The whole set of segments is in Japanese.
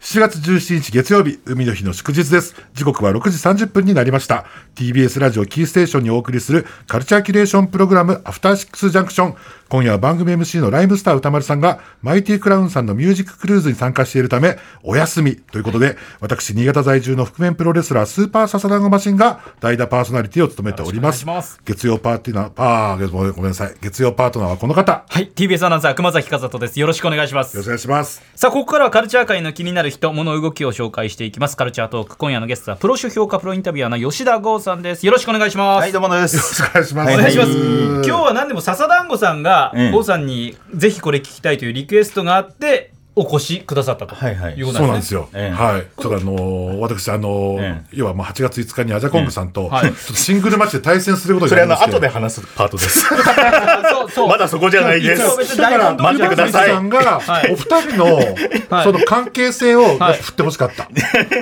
7月17日月曜日、海の日の祝日です。時刻は6時30分になりました。TBS ラジオキーステーションにお送りするカルチャーキュレーションプログラム、アフターシックスジャンクション。今夜は番組 MC のライムスター歌丸さんが、マイティクラウンさんのミュージッククルーズに参加しているため、お休みということで、私、新潟在住の覆面プロレスラー、スーパーササダンゴマシンが、代打パーソナリティを務めております。よろしくお願いします月曜パーティーナー、あー、ごめんごめんなさい。月曜パートナーはこの方。はい、TBS アナウンサー熊崎和人です。よろしくお願いしまよろしくおす。願いします。さあ、ここからはカルチャー界の気になる人、物動きを紹介していきます。カルチャートーク、今夜のゲストはプロ主評価プロインタビュアーの吉田剛さんです。よろしくお願いします。はい、どうもです。よろしくお願お願いします。はい今日は何でも笹団子さんがええ郷さんにぜひこれ聞きたいというリクエストがあってお越しくださったとはいはいいうことそうなんなんでですすね。よ。ええはい。ちょっとあのー私、あのーええ要はまあ8月5日にアジャコングさんと、はいちょっとシングルマッチで対戦することになそれありまのして後で話すパートです。そうそう。まだそこじゃないです一。応別にだから、台本通り待ってくださいんが、はいお二人の、はいその関係性を、はい振ってほしかった。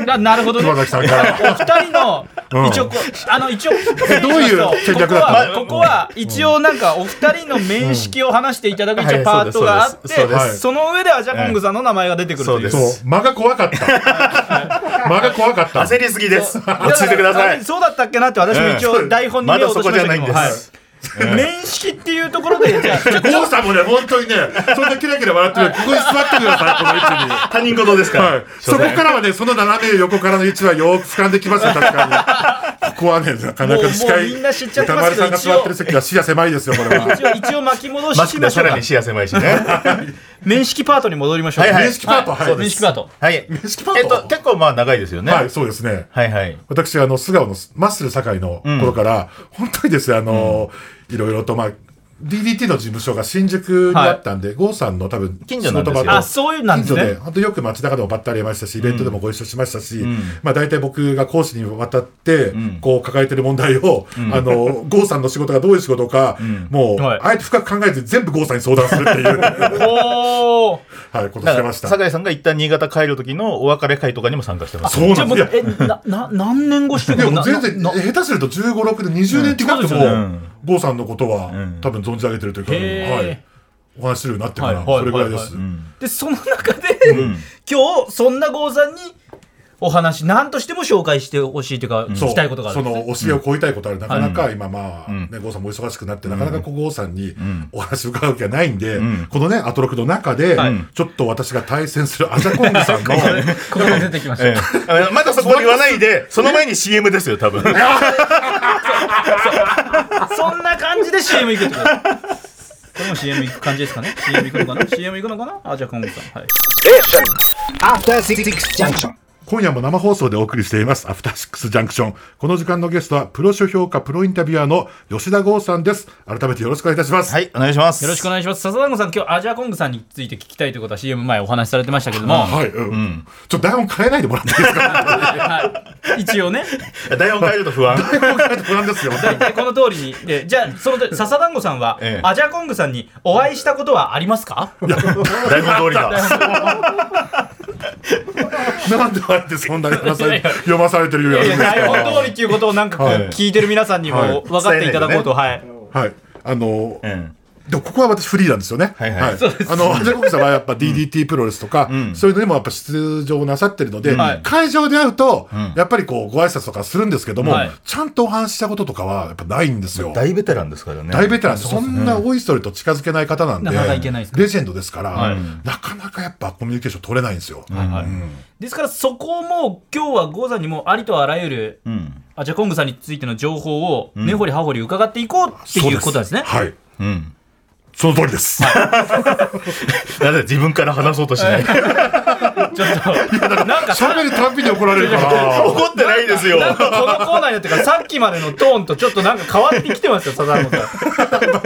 ななるほどね。熊崎さんから。お二人の、うん一応こうあの一応どうどういう戦略だったここはここは一応なんかお二人の面識を話していただく一う応んパートがあって、はでいそうすそうですそうですその上でアジャコングさんの名前が出てくるという。そうですそう間が怖かった。間が怖かった。焦りすぎです。だから落ち着いてくださあい。そうだったっけなって私も一応台本にま目をだ落そとしこまじしゃたなけども、いんです。はい面識っていうところでじゃあゴーさんもね、本当にね、そんなキラキラ笑ってるここに座ってください、この位置に。他人事ですから。はい、そこからはね、その斜め横からの位置はよく掴んできますよ、確かに。ここはね、なかなか視もうもう界、みんな知っちゃって歌ます丸けどさんが座ってる席は視野狭いですよ、これは。一応一応巻き戻しマまスしクでましさょうらかに視野狭いしね。面識パートに戻りましょうはいはい面識パート、はい。そう面で識パートはい。識パートえっと、結構まあ長いですよね。ははいい、そうですね。はい。私、あの、素顔のマッスル堺の頃から、本当にですね、あの、いろいろと、まあ、DDT の事務所が新宿にあったんで、郷さんの多分、近所なんです仕よ事場とあそういうなんです近所ねで、本当よく街中でもばったり会いましたし、イベントでもご一緒しましたし、まあ大体僕が講師にわたって、こう抱えてる問題を、あの、郷さんの仕事がどういう仕事か、もう、はいあえて深く考えずに全部郷さんに相談するって いう、はおーい、ことだしてかまら、した。酒井さんが一旦新潟帰る時のお別れ会とかにも参加してます。そうじなゃあんもでうすよ。えなな何年越いしやでももなう全然、なな下手すると15、6で20年近くてもうんそうですよねうん、郷さんのことはん多分存じ上げてるというか、へーはい。お話しするようになってから、はいはいそれぐらいです。はいうんでその中で、ん今日そんな郷さんにお話何としても紹介してほしいというか、聞きたいことがあるんそですのね教えを超えたいことある、なかなか今まあ、んね、郷さんもお忙しくなって、なかなかこう郷さんにお話を伺う気がないんで、このね、アトロクの中で、ちょっと私が対戦するアジャコングさんの、ここに出てきましたええまだそこは言わないで、その前に CM ですよ、多 分。 そんな感じで CM 行くってことこれも CM 行く感じですかね CM 行くのかな CM 行くのかなあじゃあ今後さんはい After Six Junction. 今夜も生放送でお送りしています、アフターシックスジャンクション。この時間のゲストは、プロ書評家、プロインタビュアーの吉田剛さんです。改めてよろしくお願いいたします。はい、お願いします。よろしくお願いします笹団子さん今日アジアコングさんについて聞きたいということは CM 前お話しされてましたけども、あはい、うん。ちょっと台本変えないでもらっていいですか はい一応ね台本変えると不 安。不安ですよ。大体この通りにでじゃあそのと笹団子さんは、ええアジアコングさんにお会いしたことはありますか台本通りだ。なんであえてそんなに話されいやいや読まされてるようにあるいやんですか台本通りっていうことをなんかこうはい聞いてる皆さんにはもい分かっていただこうと、はいはい。あの、 うんでもここは私フリーなんですよね。はいはいそうですあの、アジャコンさんはやっぱ DDT プロレスとか、そういうのにもやっぱ出場なさってるので、はい会場で会うと、やっぱりこう、ご挨拶とかするんですけども、はいちゃんとお話ししたこととかはやっぱないんですよ。大ベテランですからね。大ベテランです、そんな大いそれと近づけない方なんで、なかなかいけないですかレジェンドですから、はいなかなかやっぱコミュニケーション取れないんですよ。ですからそこをもう今日は郷さんにもうありとあらゆるうん。アジャコングさんについての情報を根掘り葉掘り伺っていこうっていうことなんですね。はい。うん。その通りです。なぜ自分から話そうと しない。ちょっと、なんかさ、喋るたんびに怒られるか ら。怒ってないですよ。なんかこのコーナーになってからさっきまでのトーンとちょっとなんか変わってきてますよ、サザンさん。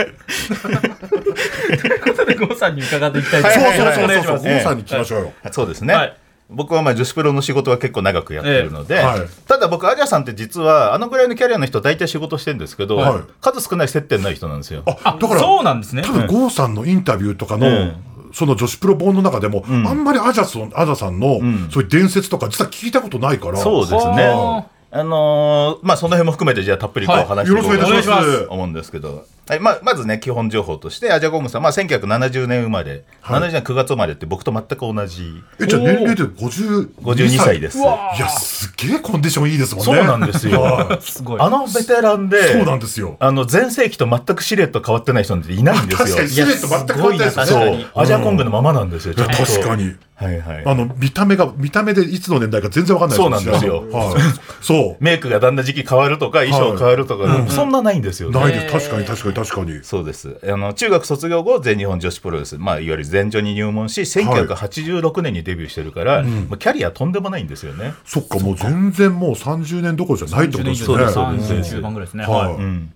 ということで、郷さんに伺っていきたいとは思そいうまそうす。そうお願いしそまう。すゴーさんに聞きましょうよ。そうですね。はい僕はまあ女子プロの仕事は結構長くやってるので、ええはいただ僕アジャさんって実はあのぐらいのキャリアの人は大体仕事してるんですけど、はい数少ない接点ない人なんですよ。あ、だから、そうなんですね多。分郷さんのインタビューとかの、えその女子プロ本の中でも、あんまりアジャソンアジャさんの、そういう伝説とか実は聞いたことないからそうですはね。あのーまあその辺も含めてじゃあたっぷりこうはい話していこうかなよろしくお願いしますと思うんですけど、はいまあ、まずね基本情報としてアジャゴームさん、まあ、1970年生まれ、70年9月生まれって僕と全く同じえじゃあ年齢で50 52歳ですいやすげえコンディションいいですもんねそうなんですよはいすごい。あのベテランでそうなんですよあの全盛期と全くシルエット変わってない人なんていないんです確よかにシルエット全く変わってないですそよねいやすごいな確かにうアジアコングのままなんですよちょっと確かにはいはいあの見た目が見た目でいつの年代か全然わかんないそうなんですよはい、そうメイクがだんだん時期変わるとか衣装変わるとか、そんなないんですよねないです。確かに確かに確かに。そうですあの中学卒業後全日本女子プロレス、まあ、いわゆる全女に入門し1986年にデビューしてるから、もうキャリアとんでもないんですよね、そっか、もう全然もう30年どころじゃないってことですよね。そうですそうです中盤ぐらいですね。はいはい。うん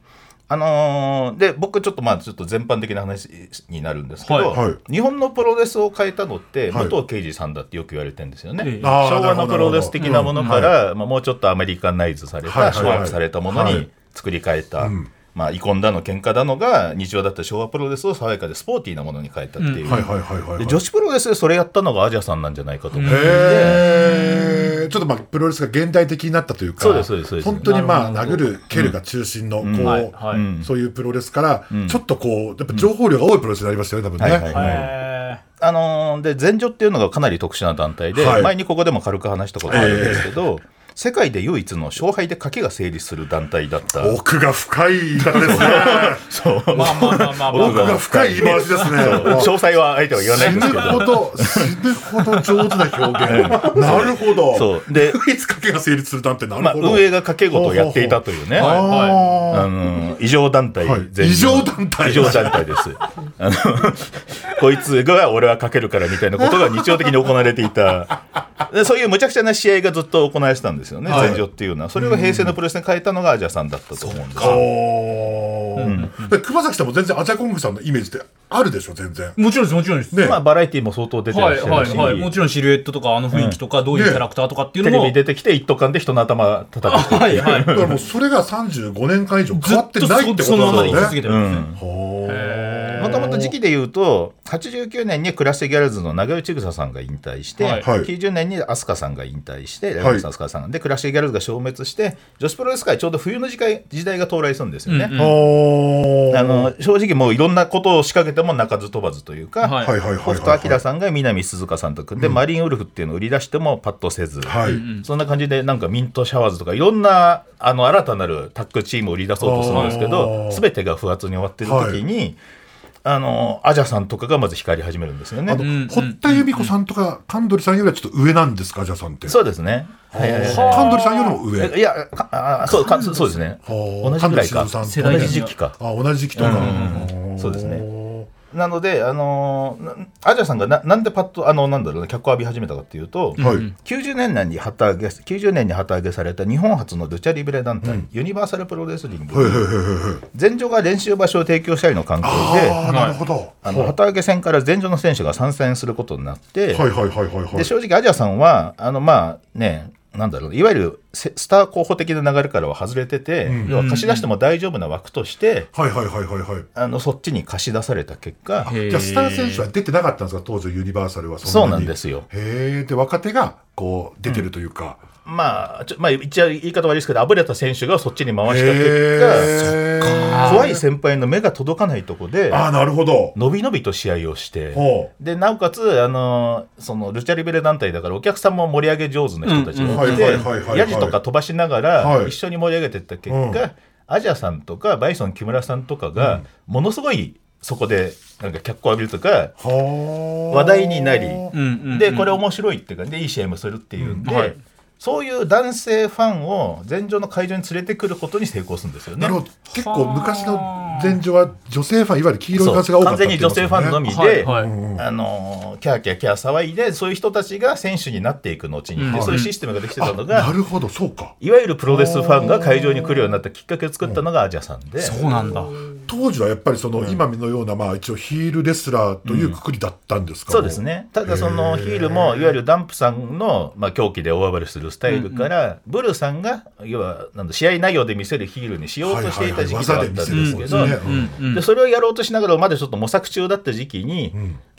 あのーで僕ちょっとまあちょっと全般的な話になるんですけど、はいはい日本のプロレスを変えたのってはい武藤敬司さんだってよく言われてるんですよね、ええあー昭和のプロレス的なものかなるら、まあ、もうちょっとアメリカナイズされた、はいはいはい掌握されたものはいに作り変えた、んまあ、遺恨だの喧嘩だのが日常だった昭和プロレスを爽やかでスポーティーなものに変えたっていう、はいはいはいはい、はい。で女子プロレスでそれやったのがアジアさんなんじゃないかと思う、へーちょっとまあプロレスが現代的になったというか、そうですそうですそうです本当にまあなる殴ほどる、蹴るが中心の、こう、はいはいうんそういうプロレスから、んちょっとこう、やっぱ情報量が多いプロレスになりましたよね、多分ね。はいはいはいえあのーで全女っていうのがかなり特殊な団体で、はい前にここでも軽く話したことあるんですけど、世界で唯一の勝敗で賭けが成立する団体だった。奥が深い言い方ですね。ーまあまあまあまあまあ奥が深い言い回しですね。そう詳細は相手は言わない死んですけぬど。ほど、死ぬほど上手な表 現。なるほど。そうでいつかけが成立するなんてなるまあ、ほど。運営が賭け事をやっていたというね、ああはいーのー異常団体、はい全異女常団体異常団体です。あのこいつが俺は賭けるからみたいなことが日常的に行われていた。でそういうむちゃくちゃな試合がずっと行われてたんですよね、はい全女っていうのは。それを平成のプロレスに変えたのがアジアさんだったと思うんですよおーで熊崎さんも全然アジャコングさんのイメージってあるでしょ全然もちろんです、もちろんです。ねまあ、バラエティも相当出てらはっいしゃはるし、いはい。もちろんシルエットとか、あの雰囲気とか、どういうキャラクターとかっていうテのレも。ビ出てきて一斗缶で人の頭叩くっていうはいはい。だからもうそれが35年間以上ず変わっってとないってことそのまなまんでで言い続すねけてるんですね。ほーもともと時期で言うと89年にクラスギャルズの長与千草さんが引退して、はいはい90年に飛鳥さんが引退してライブさん飛鳥さんがでクラスギャルズが消滅して女子プロレス界ちょうど冬の時代時代が到来するんですよね、うんうんほーあの正直もういろんなことを仕掛けても鳴かず飛ばずというか、はいはいはいはい北は斗いは晶いさんが南鈴鹿さんと組んで、マリンウルフっていうのを売り出してもパッとせず、はいそんな感じでなんかミントシャワーズとかいろんなあの新たなるタッグチームを売り出そうとするんですけあどー全てが不発に終わってる時に、あのアジャさんとかがまず光り始めるんですよあとね。ん堀田由美子さんとか神取さんよりはちょっと上なんですかアジャさんってそうですね。はいはいはい神取さんよりも上えいやかあーそうかそうですね。ほー同じぐらいか神取さんと世同代じ時期か。あ同じ時期とかうんうんうんそうですねねなので、あのーなアジャさんがななんでパッとあのなんだろうね脚光浴び始めたかっていうと、はい90年代に旗揚げ90年に旗揚げされた日本初のルチャリブレ団体、ユニバーサルプロレスリング、へーへーへーへー全場が練習場所を提供したりの関係でああなるほどあの旗揚げ戦から全場の選手が参戦することになって、はいはいはいはいはいで正直アジアさんはあのまあねなんだろういわゆるせスター候補的な流れからは外れてて、要は貸し出しても大丈夫な枠として、はいはいはいはいはいあのそっちに貸し出された結果へーじゃあスター選手は出てなかったんですか当時ユニバーサルはそんうななにんですよへえで若手がこう出てるというか、まあちょ、まあ、一応言い方悪いですけどあぶれた選手がそっちに回した結果へー怖い先輩の目が届かないとこでああなるほどのびのびと試合をして。ほうでなおかつ、あのーそのルチャリベレ団体だからお客さんも盛り上げ上手な人たちがいうんうんはいはいはいはいはていヤジとか飛ばしながはらい一緒に盛り上げてった結果、うんアジアさんとかバイソン木村さんとかがものすごいそこでなんか脚光浴びるとか、はあ話題になりうんうん。でこれ面白いっていうかでいい CM するっていうんで、うんはいそういう男性ファンを全場の会場に連れてくることに成功するんですよねなる。ほど結構昔の前女は女性ファンいわゆる黄色い感じが多か完ったっ全てに言い女ます性よねファンのみで、はいはい。あのーキャーキャーキャー騒いでそういう人たちが選手になっていく後に、うんでそういうシステムができてたのあなが、るほどそうかいわゆるプロレスファンが会場に来るようになったきっかけを作ったのがアジアさんで、そうなんだ。当時はやっぱりその今のようなまあ一応ヒールレスラーというくくりだったんですか、そうですねただそのヒールもいわゆるダンプさんの、まあ、狂気で大暴れするスタイルから、ブルさんが要はなんだ試合内容で見せるヒールにしようとしていた時期があったんですはいはいはいけ技で見せるんですどね。うんうんで。それをやろうとしながらまだちょっと模索中だった時期に、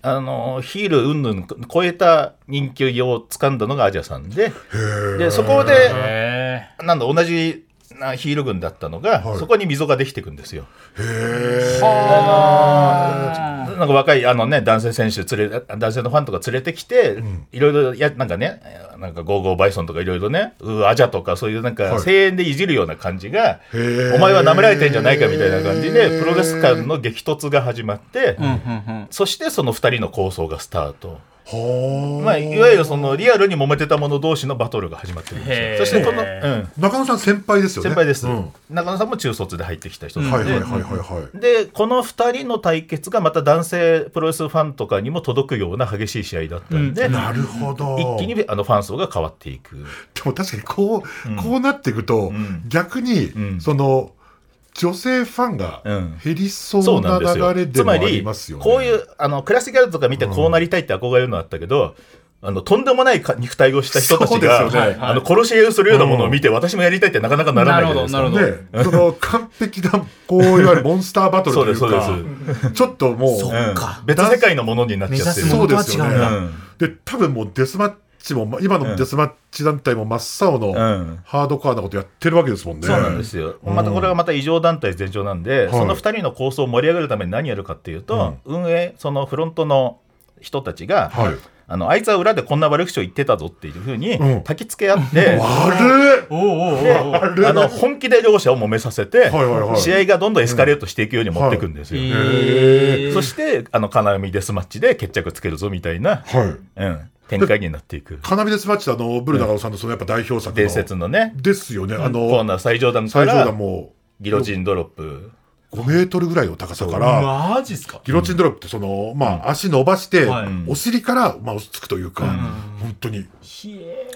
あのヒール云々超えた人気を掴んだのがアジアさんででそこでへなんだ同じなヒール軍だったのが、はいそこに溝ができていくんですよ。はなんか若いあの、ね、男性選手連れ男性のファンとか連れてきて、いろいろやなんかねなんかゴーゴーバイソンとかいろいろねうーアジャとかそういうなんはかい声援でいじるような感じが、へーお前は舐められてんじゃないかみたいな感じでプロレス間の激突が始まって、そしてその2人の構想がスタート。はまあ、いわゆるそのリアルに揉めてた者同士のバトルが始まってるんですよ。そしへーてこの、うん、あ中野さん先輩ですよね先輩です、うん中野さんも中卒で入ってきた人はないんはいで、はいはいはいでこの2人の対決がまた男性プロレスファンとかにも届くような激しい試合だったんで、なるほど一気にあのファン層が変わっていく。でも確かにこう、こうなっていくと、ん逆に、んその女性ファンがうん減りそそううななんです流よれ。でつもまありりますよね。こういうあのクラシックアルトとか見てこうなりたいって憧れるのあったけど、あのとんでもないか肉体をした人たそちうですよが、ねはいあの殺し合いをするようなものを見て、私もやりたいってなかなかならないじゃないですか。なるほどなるほね、どその完璧なこういわゆるモンスターバトルという そうですかそうちょっともうそううんそっか別世界のものになっちゃってる。目指すもそうですよね本当は違うんで多分もうデスマッチも今のデスマッチ団体も真っ青の、うんハードコアなことやってるわけですもんね。そうなんですよ、またこれがまた異常団体全長なんで、いその2人の構想を盛り上げるために何やるかっていうと、運営、そのフロントの人たちが、はいあのあいつは裏でこんな悪口を言ってたぞっていうふうにうん焚きつけ合って、悪っおおおうおうおでうあの本気で両者を揉めさせて、はいはいはい試合がどんどんエスカレートしていくように持っていくんですよ。へーそして、あの金網デスマッチで決着つけるぞみたいな、はい。うん、展開になっていく。カナビデスマッチってあのブル中野さんのそのやっぱ代表作の伝説のね、ですよね。あコーのナー最上段か最上ら段もギロチンドロップ。う5メートルぐらいの高さから。マジっすかギロチンドロップってその、まあ、足伸ばして、はいお尻から、まあ、押しつくというか、本当に。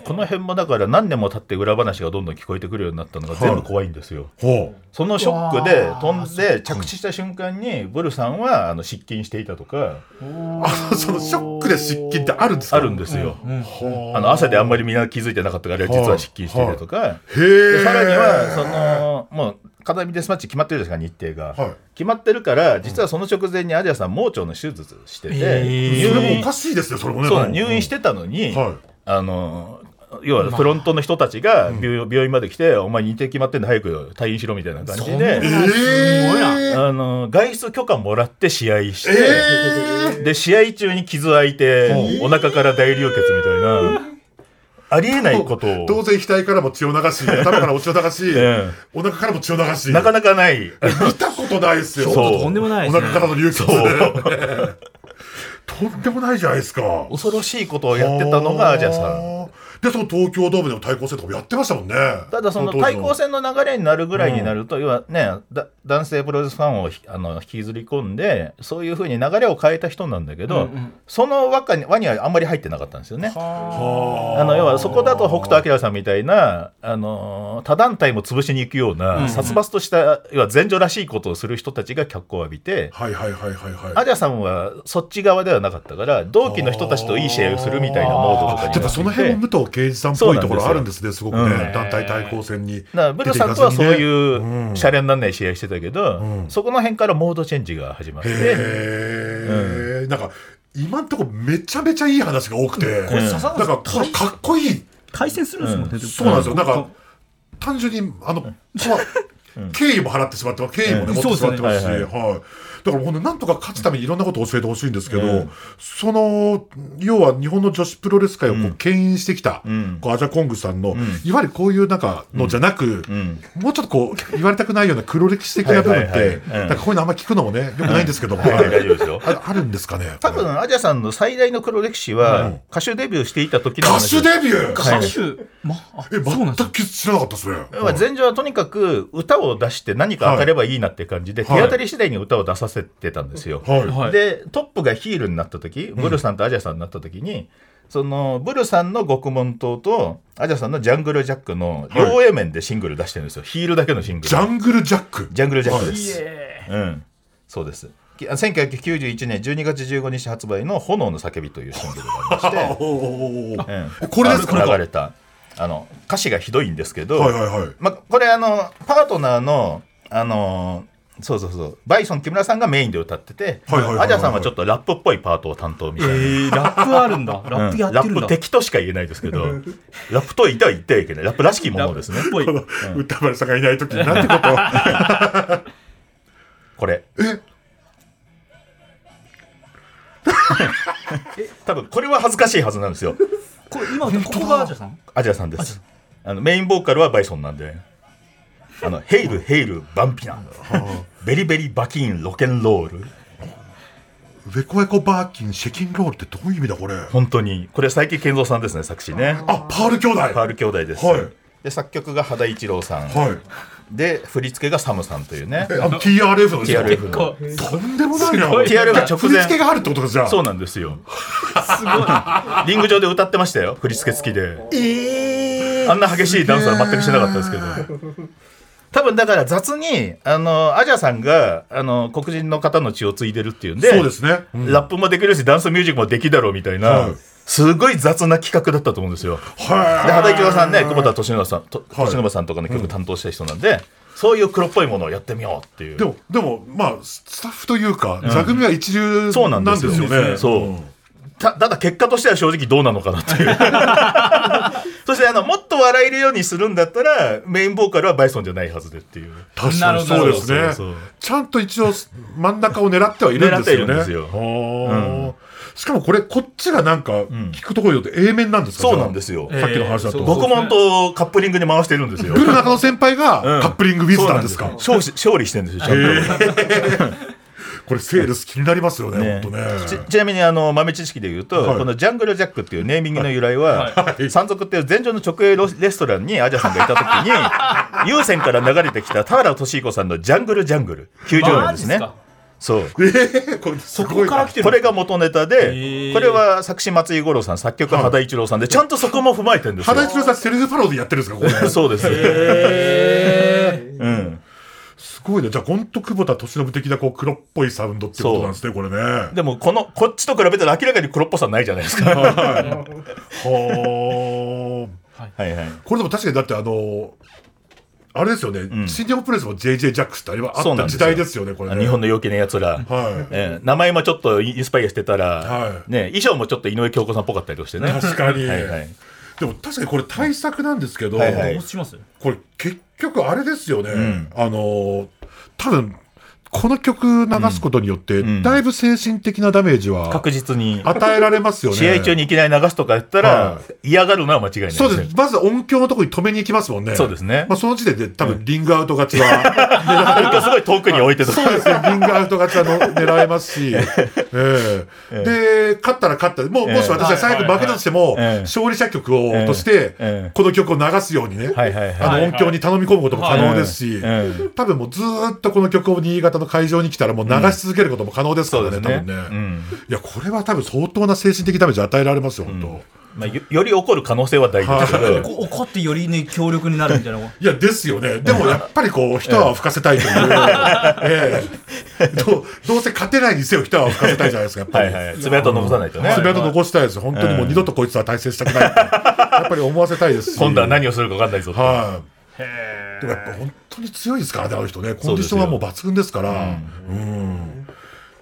この辺もだから何年も経って裏話がどんどん聞こえてくるようになったのが全部怖いんですよ。ほそのショックで飛んで着地した瞬間にブルさんはあの失禁していたとかう。あ、そのショックで失禁ってあるんですかあるんですよ。ほうあの朝であんまりみんな気づいてなかったから実は失禁していたとか。へでえ。さらにはそのもう片身デスマッチ決まってるじゃないですか日程が、はい決まってるから実はその直前にアジアさん盲腸の手術してて、えそ入れもお院かしいですね、それもね。そうなうんの入院してたのに、はいあの要はフロントの人たちが病,、病院まで来て、お前認定決まってんの早く退院しろみたいな感じでそんえなすごいなえあの外出許可もらって試合して、えで試合中に傷開いて、お腹から大流血みたいな、ありえないことを。当然額からも血を流し、頭からも血を流し、えお腹からも血を流し、なかなかない。見たことないですよ。そうとんでもないおです腹からのね流血。 とんでもないじゃないですか。恐ろしいことをやってたのがアジアさん。ん。で、その東京ドームでの対抗戦とかもやってましたもんね。ただその当時対抗戦の流れになるぐらいになると、要はねだ男性プロレスファンをひあの引きずり込んでそういうふうに流れを変えた人なんだけど、その輪かに輪にはあんまり入ってなかったんですよね。あの要はそこだと北斗晶さんみたいな、あのー他団体も潰しに行くような、殺伐とした要は前女らしいことをする人たちが脚光を浴びて。はいはいはいはいはアい。ジャさんはそっち側ではなかったから同期の人たちといい試合をするみたいなモードとかになってちょっとその辺も武藤敬司さんっぽいところあるんですね、すごくね、うん団体対抗戦に。。だからブルさんとはそういううシャレにならない試合してたけど、うんそこの辺からモードチェンジが始まって、へえ、なんか、今んとこめちゃめちゃいい話が多くて、れなん笹か原さんこれかっこいい対戦するんですもんね、そうなんですよ。なんか、単純に、あの、 怖い敬意も払ってしまってます、敬意もね、うん持ってしまってますし、そうですねはい。だから、ほんとなんとか勝つためにいろんなことを教えてほしいんですけど、その、要は日本の女子プロレス界をこう牽引してきた、こうアジャコングさんの、いわゆるこういうなんかのじゃなく、もうちょっとこう、言われたくないような黒歴史的な部分っはいはいて、はいなんかこういうのあんま聞くのもね、よくないんですけども、はい大丈夫ですよ。ああるんですかね。多分アジャさんの最大の黒歴史は、歌手デビューしていた時の歌話手デビューはい歌手まあえ、そうなんです全く知らなかったですね。要は前場はとにかく歌を出して何か当たればいいなって感じで、はい手当たり次第に歌を出させてたんですよ。はい。はいでトップがヒールになった時ブルさんとアジャさんになった時に、そのブルさんの獄門島とアジャさんのジャングルジャックの両 A 面でシングル出してるんですよ、ヒールだけのシングルジャングルジャック。ジャングルジャックはいです。うん、そうです。きあ1991年12月15日発売の「炎の叫び」というシングルがありまして、おーう んこれですかあのこれ流れたあの歌詞がひどいんですけど、はいはいはい。まあ、これあのパートナーのあのそうそうそうバイソン木村さんがメインで歌ってて、はいはいはいはいアジャさんはちょっとラップっぽいパートを担当みたいな。ー、ラップあるんだ。ラップやってるんうんだ。ラップ敵としか言えないですけど、ラップと言っては言ってはいけない。ラップらしきものですね。ぽいこ。の歌丸さんがいない時になんてことをこれ。え 多分これは恥ずかしいはずなんですよ。これ今ここがアジャさん。アジャさんです。あのメインボーカルはバイソンなんで。あのヘイルヘイルバンピナ。ベリベリバキンロケンロール。ウェコエコバーキンシェキンロールってどういう意味だこれあ本当にこれ佐伯健三さんですね作詞ね。パール兄弟パール兄弟です。はいで作曲が羽田一郎さん。はいで振り付けがサムさんというね。えあの TRF の TRF 結構とんでもないなすごい TRF が直前振り付けがあるってことかじゃあそうなんですよ。リング上で歌ってましたよ。振り付け付きで。あんな激しいダンスは全くしなかったですけど。多分だから雑にあのアジャさんがあの黒人の方の血を継いでるっていうんでそうですね、うんラップもできるしダンスミュージックもできだろうみたいな、はいすごい雑な企画だったと思うんですよ。はいで肌一郎さんね久保田利伸さんとはい利伸さんとかの曲担当した人なんで、そういう黒っぽいものをやってみようっていう。でもでもまあススタッフというか座組は一流そうななんんでですすよよね、そうたただ結果としては正直どうなのかなっていう そしてあのもっと笑えるようにするんだったらメインボーカルはバイソンじゃないはずでっていう確かになそうるほでどすねそうそうちゃんと一応真ん中を狙ってはいるんですよね狙ってはいるんですよはあうんしかもこれこっちがなんか聞くところによって A 面なんですか、そうなんですよさっきの話だと、えーそう僕もとカップリングに回してるんですよブル中野先輩うんがカップリングウィズなんですか、そうなんですよ勝利勝利してるんですよちゃんと、これセールス気になりますよねね本当ねちちなみにあの豆知識で言うと、はいこのジャングルジャックっていうネーミングの由来は、山賊っていう全場の直営ロレストランにアジャさんがいた時 に有線から流れてきた田原俊彦さんの「ジャングルジャングル」90年ですマジっすね。かそうえーこれそこから来てるこれが元ネタでーこれは作詞松井五郎さん作曲羽田一郎さんでちゃんとそこも踏まえてるんですよ肌一郎さんセルフパロディやってるんですかこれ そうです、うん、すごいねじゃあほんと久保田利伸的なこう黒っぽいサウンドってことなんですねこれねはでもこのこっちと比べたら明らかに黒っぽさないじゃないですいかはあはいはいこれでも確かにだってあのあれですよね、ん新日本プロレスも JJ ジャックスってあれはあそうっなんたですよ時代ですよねこれね日本の陽気なやつら、はいええ名前もちょっとインスパイアしてたら、はいね、衣装もちょっと井上京子さんっぽかったりとかしてね確かに はいはい、でも確かにこれ対策なんですけど、はいはいどうしますこれ結局あれですよね、んあの多分この曲流すことによって、んだいぶ精神的なダメージは確実に与えられますよね試合中にいきなり流すとかやったら、は嫌がるのは間違いないですねそうですまず音響のとこに止めに行きますもんねそうですねまあ、その時点で多分リングアウト勝ち はなんかすごい遠くに置いてたそうですね、リングアウト勝ちはの狙えます し、ええで、勝ったら勝ったで、もう、ええもし私が最後負けたとしても、はいはいはい勝利者曲をとしえて、えこの曲を流すようにね、はいはいはいあの音響に頼み込むことも可能ですし、はいええ多分もうずーっとこの曲を新潟の会場に来たらもう流し続けることも可能ですかそらうね、です多ね分ね、うんいや、これは多分相当な精神的ダメージ与えられますよ、本当。まあ、よより起こる可能性は大事ですけど、こ怒ってよりね強力になるみたいな。いや、ですよね。でもやっぱりこう、一泡吹かせたいとい う。ええどうどうせ勝てないにせよ、一泡吹かせたいじゃないですか、やっぱはり。いはい、爪痕残さないとね。爪痕残したいです。本当にもう二度とこいつは対戦したくない って。やっぱり思わせたいですし。今度ははい。何をするか分かんないぞって。でもやっぱ本当に強いですからね、あの人ね。コそうンでディすシよョンはもう抜群ですから。うん。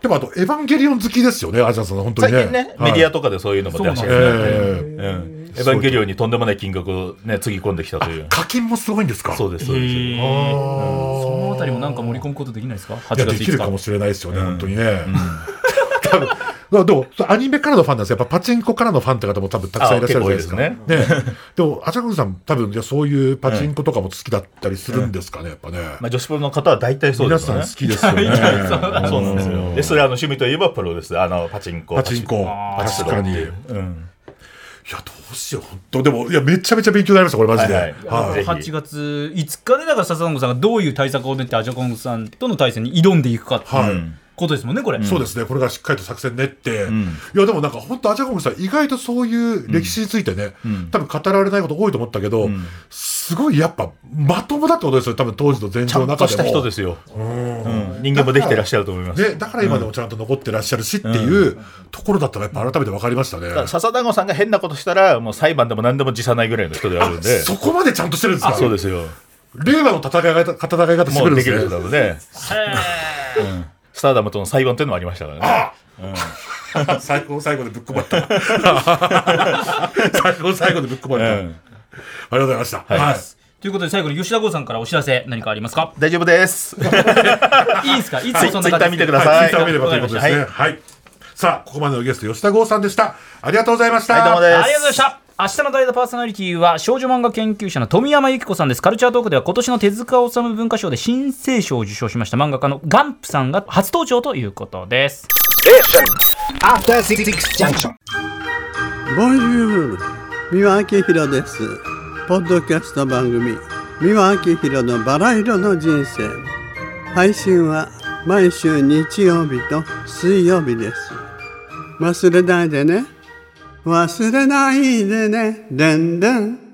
でもあと、エヴァンゲリオン好きですよね、アジアさん、本当最にね。近ね、はいメディアとかでそういうのも出しそうてる、ええうんエヴァンゲリオンにとんでもない金額をね、つぎ込んできたという。課金もすごいんですかそうです、そうです。そのあたりもなんか盛り込むことできないですか？8いや月できるか5も日。しれないですよね、本当にね。 多分まあでもアニメからのファンなんですよ、やっぱパチンコからのファンって方も多分たくさんいらっしゃるじゃないですか。あ結ねでも、あちゃこさん、多分いやそういうパチンコとかも好きだったりするんですかね、やっぱね。まあ、女子プロの方は大体そうで皆すさよねん好。きですよ ね。そうなんですよ。で、それあの趣味といえばプロです。あの、パチンコ。パチンコ、パチ確プかロってに。いいやう、うん。どうしよう、本当、でも、いや、めちゃめちゃ勉強になりました、これ、マジで。はいはいはいぜ8ひ月5日でだから笹野さんがどういう対策を練ってアジャコングさんとの対戦に挑んでいくかってはいいうことですもんねこれ。そうですね、これがしっかりと作戦練って、いや、でもなんか、本当、アジャコングさん、意外とそういう歴史についてね、多分語られないこと多いと思ったけど、すごいやっぱ、まともだってことですよ、多分当時の前ちゃ兆のん中とでした人も。ですよ。うん人間もできてらっしゃると思います。ね、だから今でもちゃんと残ってらっしゃるしっていうところだったら、やっぱ改めて分かりましたね。だから笹団子さんが変なことしたら、もう裁判でも何でも辞さないぐらいの人であるんで。そこまでちゃんとしてるんですかそうですよ。令和の戦い方戦い方してもくれるうんでですきるね人だので、うんスターダムとの裁判というのもありましたからね。 最高最後でぶっ込まれ た。最高最後でぶっ込まれた。うありがんとうございました。はい。ということで最後に吉田剛さんからお知らせ何かありますか大丈夫です。いいですかいつもはいそんな感じツイッター見てくださはい、いツイッターを見ればということですね。はい。さあ、ここまでのゲスト、吉田剛さんでした。ありがとうございました。はい、どうもです。ありがとうございました。明日の代打パーソナリティは少女漫画研究者の富山由紀子さんです。カルチャートークでは今年の手塚治虫文化賞で新生賞を受賞しました漫画家のガンプさんが初登場ということです。 After Six Junction. ボンジュール三輪明宏ですポッドキャスト番組三輪明宏のバラ色の人生配信は毎週日曜日と水曜日です忘れないでね忘れないでねでんでん